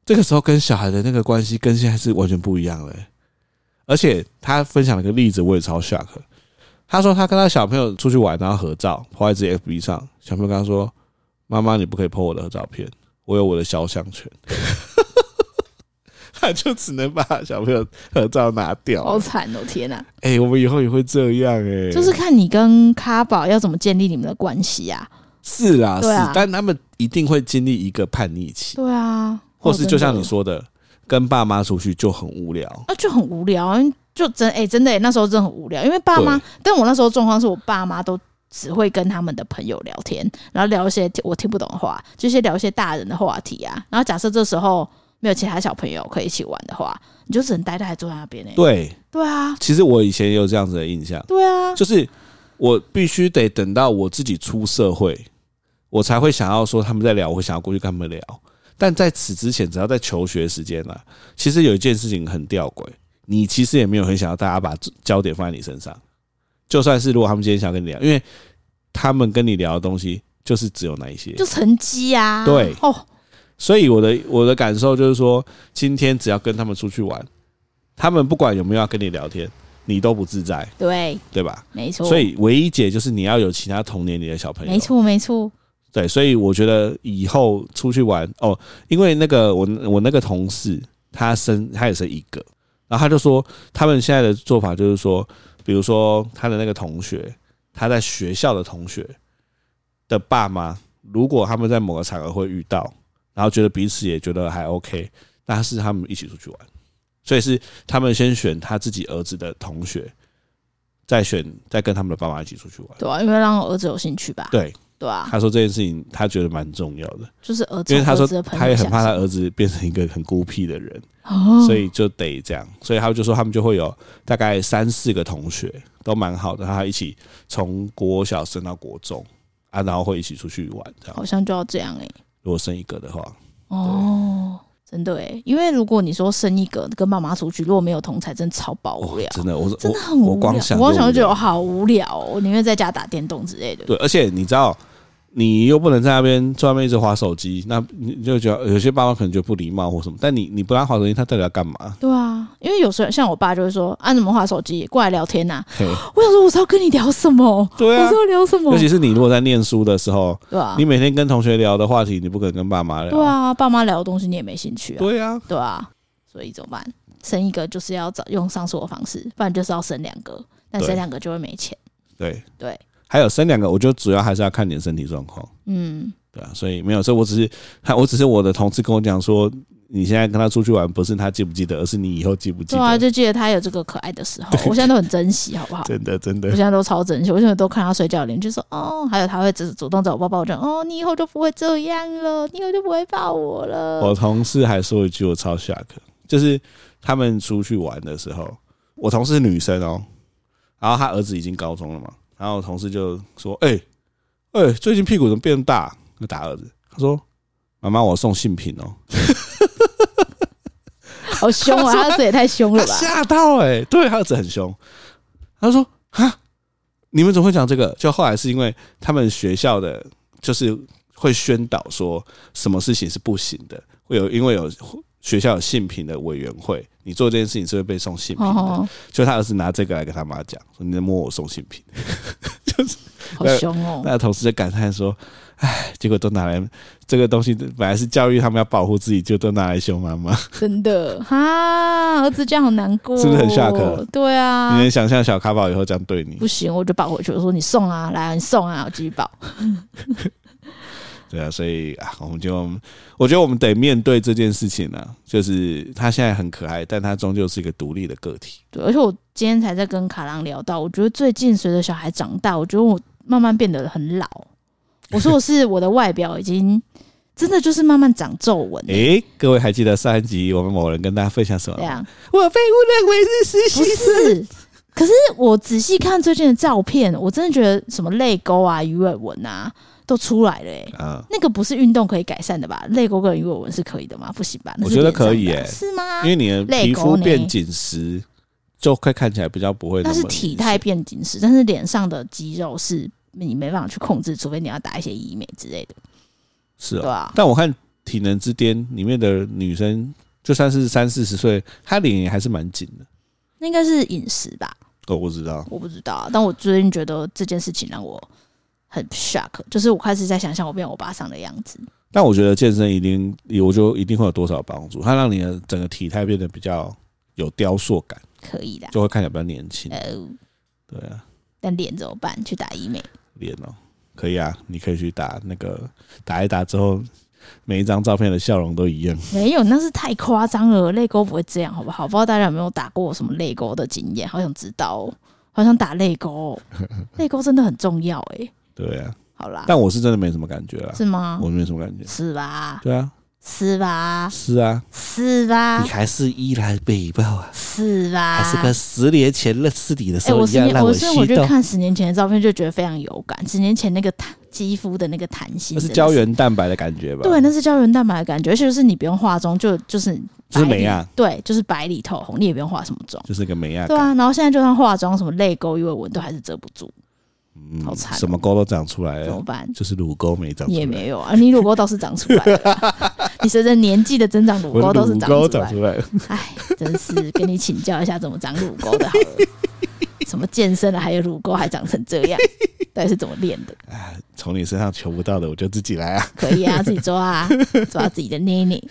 这个时候跟小孩的那个关系跟现在是完全不一样了欸、而且他分享了个例子，我也超 shock。他说他跟他小朋友出去玩，然后合照，抛在自己 FB 上。小朋友跟他说：“妈妈，你不可以 po 我的照片，我有我的肖像权。” 他就只能把小朋友合照拿掉。好惨哦！天哪、哎、我们以后也会这样哎、就是看你跟卡宝要怎么建立你们的关系啊。是啦，对啊是，但他们一定会经历一个叛逆期，对啊，或哦是就像你，真说的，跟爸妈出去就很无聊。的啊，就很无聊，因为就真哎、真的、欸、那时候真的很无聊，因为爸妈，但我那时候状况是我爸妈都。只会跟他们的朋友聊天，然后聊一些我听不懂的话，就是聊一些大人的话题啊。然后假设这时候没有其他小朋友可以一起玩的话，你就只能呆呆地坐在那边哎、对，对啊，其实我以前也有这样子的印象，对 啊，就是我必须得等到我自己出社会，我才会想要说他们在聊，我会想要过去跟他们聊。但在此之前，只要在求学时间啦，其实有一件事情很吊诡，你其实也没有很想要大家把焦点放在你身上。就算是如果他们今天想要跟你聊，因为他们跟你聊的东西就是只有那一些，就成绩啊，对哦，所以我的我的感受就是说，今天只要跟他们出去玩，他们不管有没有要跟你聊天，你都不自在，对，对吧？没错，所以唯一解就是你要有其他同年龄的小朋友，没。错没错，对，所以我觉得以后出去玩哦，因为那个我我那个同事他生他也生一个，然后他就说他们现在的做法就是说，比如说他的那个同学，他在学校的同学的爸妈，如果他们在某个场合会遇到，然后觉得彼此也觉得还 OK，那是他们一起出去玩，所以是他们先选他自己儿子的同学，再选再跟他们的爸妈一起出去玩。对啊，因为让儿子有兴趣吧，对，对啊，他说这件事情他觉得蛮重要的。就是儿子，因为他说儿子的朋友他也很怕他想儿子变成一个很孤僻的人，哦，所以就得这样。所以他就说他们就会有大概三四个同学都蛮好的，然后一起从国小升到国中啊，然后会一起出去玩这样好。像就要这样哎、如果生一个的话，哦，真的哎、因为如果你说生一个跟妈妈出去，如果没有同才，真的超爆无哦聊，，真的我真的我很无聊。我光想就光想就无觉聊得好无聊、哦，我宁愿在家打电动之类的。对，而且你知道。你又不能在那边在外面一直划手机，那你就觉得有些爸妈可能就不礼貌或什么。但你你不让他划手机，他到底要干 嘛？对啊，因为有时候像我爸就会说啊，你怎么划手机过来聊天呐、啊 嘿我想说我是要跟你聊什么？对我啊是，要聊什么尤？其是你如果在念书的时候，对啊你，每天跟同学聊的话题，你不可能跟爸妈聊。对啊，爸妈聊的东西你也没兴趣啊，对啊，对啊，所以怎么办？生一个就是要找用上述的方式，不然就是要生两个，但对生两个就会没钱。对对，还有生两个，我觉得主要还是要看你的身体状况，嗯，对啊，所以没有，所以我只是， 他我只是我的同事跟我讲说，你现在跟他出去玩，不是他记不记得，而是你以后记不记对啊，得，就记得他有这个可爱的时候，我现在都很珍惜，好不好？真的真我的现，在都超珍惜，我现在都看他睡觉脸，就说哦，还有他会主主动找我抱抱，我就哦，你以后就不会这样了，你以后就不会抱我了。我同事还说一句我超 shock，就是他们出去玩的时候，我同事是女生哦，然后她儿子已经高中了嘛，然后我同事就说，哎、哎、最近屁股怎么变大？就打儿子，他说，妈妈，我送性品哦。好凶啊，他这也太凶了他 吧？吓到哎、欸，对他儿子很凶，他就说啊，你们怎么会讲这个？就后来是因为他们学校的就是会宣导说什么事情是不行的，会有因为有学校有性平的委员会，你做这件事情是会被送性平的。哦，就他儿子拿这个来跟他妈讲，说你在摸我送性平，好凶哦，那同事就感叹说，哎，结果都拿来这个东西本来是教育他们要保护自己，就都拿来凶妈妈。真的啊哈，儿子这样好难过，是不是很下课？对啊，你能想象小卡宝以后这样对你不？行，我就抱回去。我说你送啊，来啊，你送啊，我继续抱。对啊，所以啊，我们就我觉得我们得面对这件事情啊，就是他现在很可爱，但他终究是一个独立的个体。对，而且我今天才在跟卡郎聊到，我觉得最近随着小孩长大，我觉得我慢慢变得很老。我说我是我的外表已经真的就是慢慢长皱纹了，诶、各位还记得上一集我们某人跟大家分享什么这吗？样我被误认为是实啊不习 生。是。可是我仔细看最近的照片，我真的觉得什么泪沟啊、鱼尾纹啊都出来了、欸。啊，那个不是运动可以改善的吧？泪沟跟鱼尾纹是可以的吗？不行吧？那我是觉得脸上可以的啊欸是吗因？为你的皮肤变紧实，就会看起来比较不会那么是体态变紧实，但是脸上的肌肉是你没办法去控制，除非你要打一些医美之类的，是对哦。啊吧、但我看《体能之巅》里面的女生，就算是三四十岁，她脸也还是蛮紧的。哦那应该是饮食吧，我不知道。我不知道啊。但我最近觉得这件事情让我很 shock，就是我开始在想象我变我爸上的样子。但我觉得健身一定，我就一定会有多少帮助，它让你的整个体态变得比较有雕塑感，可以的，就会看起来比较年轻。呃，对啊，但脸怎么办？去打医美？ 脸哦、可以啊，你可以去打那个打一打之后，每一张照片的笑容都一样。没有，那是太夸张了，泪沟不会这样，好不好？不知道大家有没有打过什么泪沟的经验？好想知道哦，好想打泪沟 哦，泪沟真的很重要哎、对啊，好啦，但我是真的没什么感觉啦，是吗？我没什么感觉。是吧？对啊，是吧？是啊，是吧你？还是依然美貌啊，是吧？还是跟十年前认识你的时哎、候我一十样年，让我是我心去动。看十年前的照片，就觉得非常有感。十年前那个弹肌肤的那个弹性，那是真的胶，原蛋白的感觉吧？对，，那是胶原蛋白的感觉，而且就是你不用化妆，就就是就是白里美啊，对，就是白里透红，你也不用化什么妆，就是个美亚对感，啊。然后现在就算化妆，什么泪沟、鱼尾纹都还是遮不住，嗯好惨哦什么沟都长出来怎么了，办？就是乳沟没长出你来，也没有啊，你乳沟倒是长出来了啦， 你随着年纪的增长，乳我沟的都是乳长沟出来长。出来了， 哎，真是跟你请教一下怎么长乳沟 的好了。什么健身了，还有乳沟还长成这样，到底是怎么练的？从你身上求不到的，我就自己来啊。可以啊，自己抓啊，抓自己的捏捏。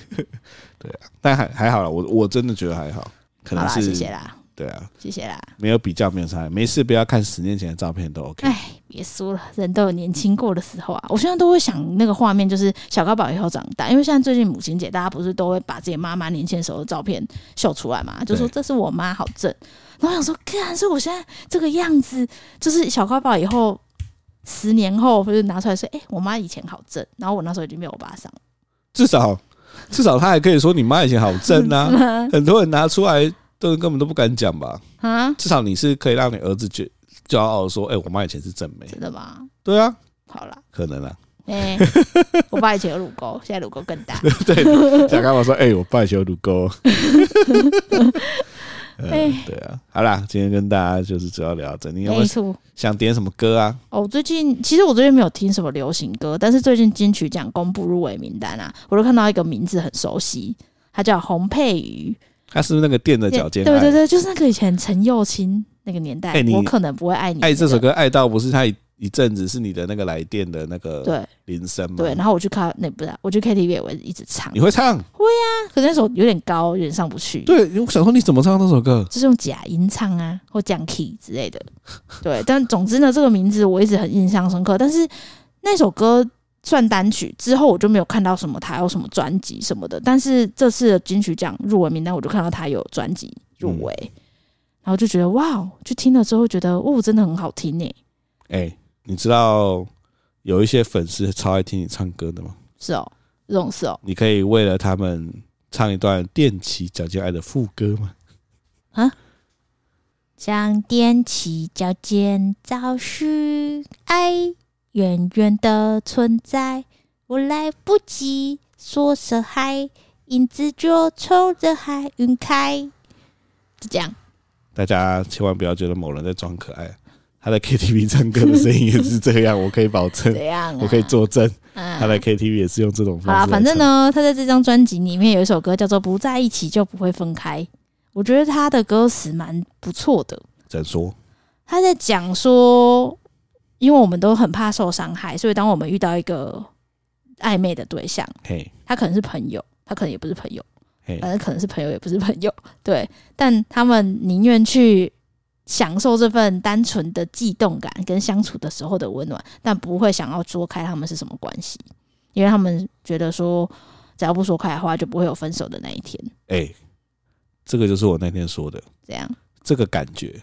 但还还好了，我我真的觉得还好， 可好能啦，是谢谢啦，对啊，谢谢啦。没有比较没有伤害，没事不要看十年前的照片都 OK。哎，别说了，人都有年轻过的时候啊。我现在都会想那个画面，就是小高宝以后长大，因为现在最近母亲节，大家不是都会把自己妈妈年轻的时候的照片秀出来嘛，就说对这是我妈，好正。然后我想说，干，所以我现在这个样子，就是小高宝以后十年后，就是拿出来说，哎、我妈以前好正。然后我那时候已经没有我爸上了， 至少至少他还可以说你妈以前好正啊，很多人拿出来都根本都不敢讲吧。啊，至少你是可以让你儿子觉骄傲地说，哎、我妈以前是正美。真的吗？对啊，好啦，可能啊。 哎、我爸以前有乳沟，现在乳沟更大。对，想干嘛说，哎、我爸以前有乳沟。呃哎 对啊，好啦，今天跟大家就是主要聊这，你有没没有错。想点什么歌啊？哦，我最近其实我最近没有听什么流行歌，但是最近金曲奖公布入围名单啊，我就看到一个名字很熟悉，他叫洪佩瑜，他是不是那个垫着脚尖对对爱？对，就是那个以前陈幼卿那个年代，哎你我可能不会爱你、爱这首，歌爱到不是他一一阵子是你的那个来电的那个对铃声吗？对，然后我去看那不是啊，我去 KTV 也会一直唱，你会唱？可是那首有点高，有点上不去，对，我想说你怎么唱那首歌？就是用假音唱啊，或降 key 之类的。对，但总之呢，这个名字我一直很印象深刻。但是那首歌算单曲之后，我就没有看到什么他有什么专辑什么的。但是这次的金曲奖入围名单，我就看到他有专辑入围，然后就觉得哇哦，就听了之后觉得哦，真的很好听诶。哎、你知道有一些粉丝超爱听你唱歌的吗？是哦，这种是哦你可以为了他们唱一段踮起脚尖爱的副歌吗？想踮起脚尖找寻爱，远远的存在。我来不及说声嗨，影子就冲着海云开。就这样。大家千万不要觉得某人在装可爱，他在 KTV 唱歌的声音也是这样，我 可以保证怎，样、啊？我可以作证，嗯。他在 KTV 也是用这种好方式来啦，唱。啊反正呢，他在这张专辑里面有一首歌叫做《不在一起就不会分开》，我觉得他的歌词蛮不错的。怎说？他在讲说，因为我们都很怕受伤害，所以当我们遇到一个暧昧的对象，嘿，他可能是朋友，他可能也不是朋友，嘿反正可能是朋友也不是朋友， 对，但他们宁愿去享受这份单纯的悸动感跟相处的时候的温暖，但不会想要说开他们是什么关系，因为他们觉得说只要不说开的话，就不会有分手的那一天。哎、这个就是我那天说的，这样这个感觉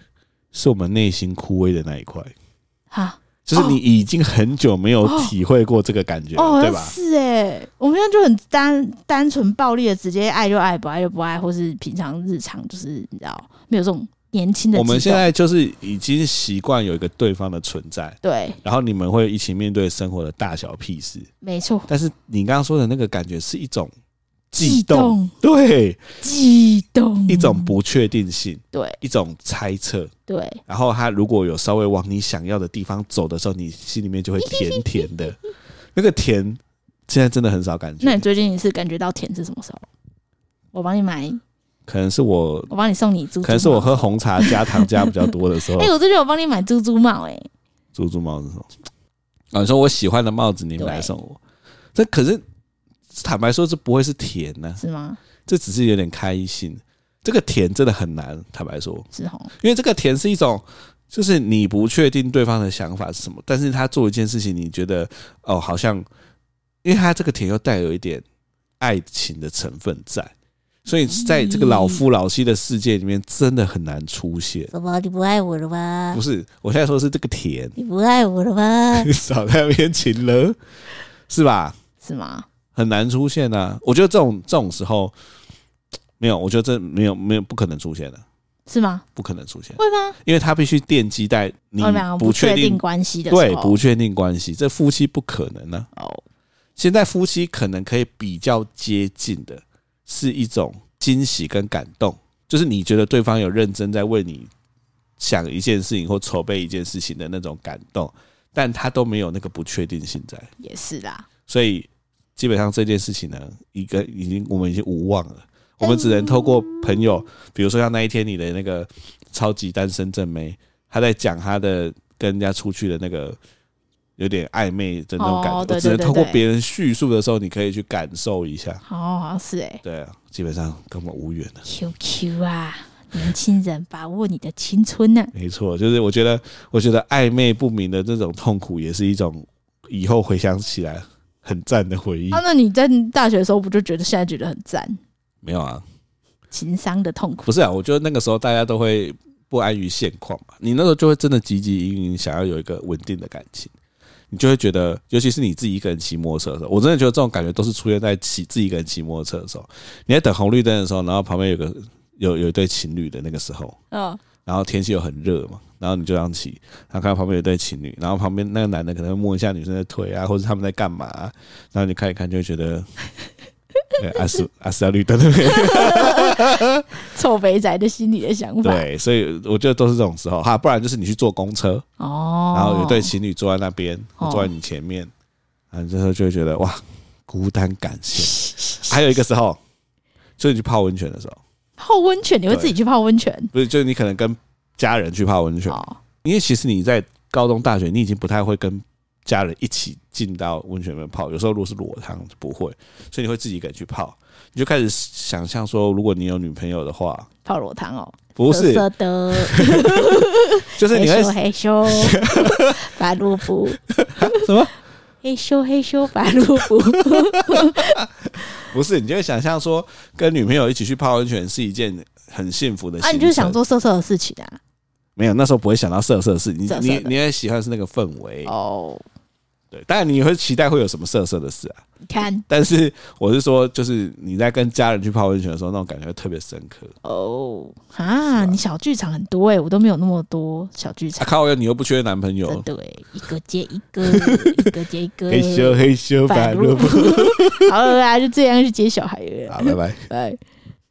是我们内心枯萎的那一块，哈，就是你已经很久没有体会过这个感觉了，哦，好对像吧？是哎、我们现在就很单单纯暴力的，直接爱就爱，不爱就不爱，或是平常日常就是你知道没有这种年轻的我们悸现动在就是已经习惯有一个对方的存在，对，然后你们会一起面对生活的大小屁事。没错，但是你刚刚说的那个感觉是一种悸悸动，对，悸动一种不确定性，对一种猜测。对，然后他如果有稍微往你想要的地方走的时候，你心里面就会甜甜的，那个甜现在真的很少感觉。那你最近一次感觉到甜是什么时候？我帮你买可能是我，我帮你送你猪猪帽，可能是我喝红茶加糖加比较多的时候 哎、，我这边我帮你买猪猪帽、哎，猪猪帽子送。啊，你说我喜欢的帽子，你们来对送我，这可是坦白说，这不会是甜呢、是吗？这只是有点开心。这个甜真的很难，坦白说，是红，因为这个甜是一种，就是你不确定对方的想法是什么，但是他做一件事情，你觉得哦，好像，因为他这个甜又带有一点爱情的成分在，所以在这个老夫老妻的世界里面，真的很难出嗯现。什么？你不爱我了吗不？是，我现在说的是这个甜，你不爱我了 吗？少在那边请了，是吧？是吗？很难出现啊。我觉得这种这种时候，没有，我觉得这没有没有不可能出现的、是吗？不可能出现，会吗？因为他必须奠基在你我们两个不确确定关系的时候，对不确定关系，这夫妻不可能呢、哦，现在夫妻可能可以比较接近的是一种惊喜跟感动，就是你觉得对方有认真在为你想一件事情或筹备一件事情的那种感动，但他都没有那个不确定性在，也是啦。所以基本上这件事情呢，一个已经我们已经无望了。我们只能透过朋友，比如说像那一天你的那个超级单身正妹，她在讲她的跟人家出去的那个有点暧昧的那种感觉，哦对我只能对对透过对别人叙述的时候，你可以去感受一下。哦，好像是哎、对啊，基本上跟我们无缘了。 QQ 啊，年轻人把握你的青春啊呢、没错，就是我觉得，我觉得暧昧不明的这种痛苦，也是一种以后回想起来很赞的回忆。啊，那你在大学的时候不就觉得现在觉得很赞？没有啊，情商的痛苦不是啊，我觉得那个时候大家都会不安于现况嘛，你那时候就会真的汲汲营营，想要有一个稳定的感情，你就会觉得，尤其是你自己一个人骑摩托车的时候，我真的觉得这种感觉都是出现在骑自己一个人骑摩托车的时候，你在等红绿灯的时候，然后旁边有个有有一对情侣的那个时候，嗯，然后天气又很热嘛，然后你就这样骑，然后看到旁边有一对情侣，然后旁边那个男的可能会摸一下女生的腿啊，或者他们在干嘛啊、然后你看一看就会觉得。哎阿斯阿斯要绿灯了没有？臭肥宅的心理的想 法。对，所以我觉得都是这种时候哈，不然就是你去坐公车，哦，然后有 对情侣坐在那边，哦坐在你前面，啊，你这时候就会觉得哇，孤单感现。还有一个时候，就是你去泡温泉的时候，泡温泉，你会对自己去泡温泉？不是，就是你可能跟家人去泡温泉，哦，因为其实你在高中、大学，你已经不太会跟家人一起进到温泉里面泡，有时候如果是裸汤就不会，所以你会自己一个人去泡，你就开始想象说，如果你有女朋友的话，泡裸汤哦，不是，色 的，就是嘿你会咻嘿咻，白萝卜， 什么？嘿咻嘿咻，白萝卜，不是，你就会想象说，跟女朋友一起去泡温泉是一件很幸福的行啊，程。你就是想做色色的事情啊？没有？那时候不会想到色色的事，你色色你的你也喜欢是那个氛围，哦，对。当然你会期待会有什么色色的事啊，你看但是我是说，就是你在跟家人去泡温泉的时候，那种感觉会特别深刻。哦，是吧啊，你小剧场很多哎，我都没有那么多小剧啊场，欸靠，你又不缺男朋友真，的哎，一个接一 个，一个接一个，嘿咻嘿咻，白白萝鹿 卜。好了啦，就这样去接小孩了，好，拜拜。拜。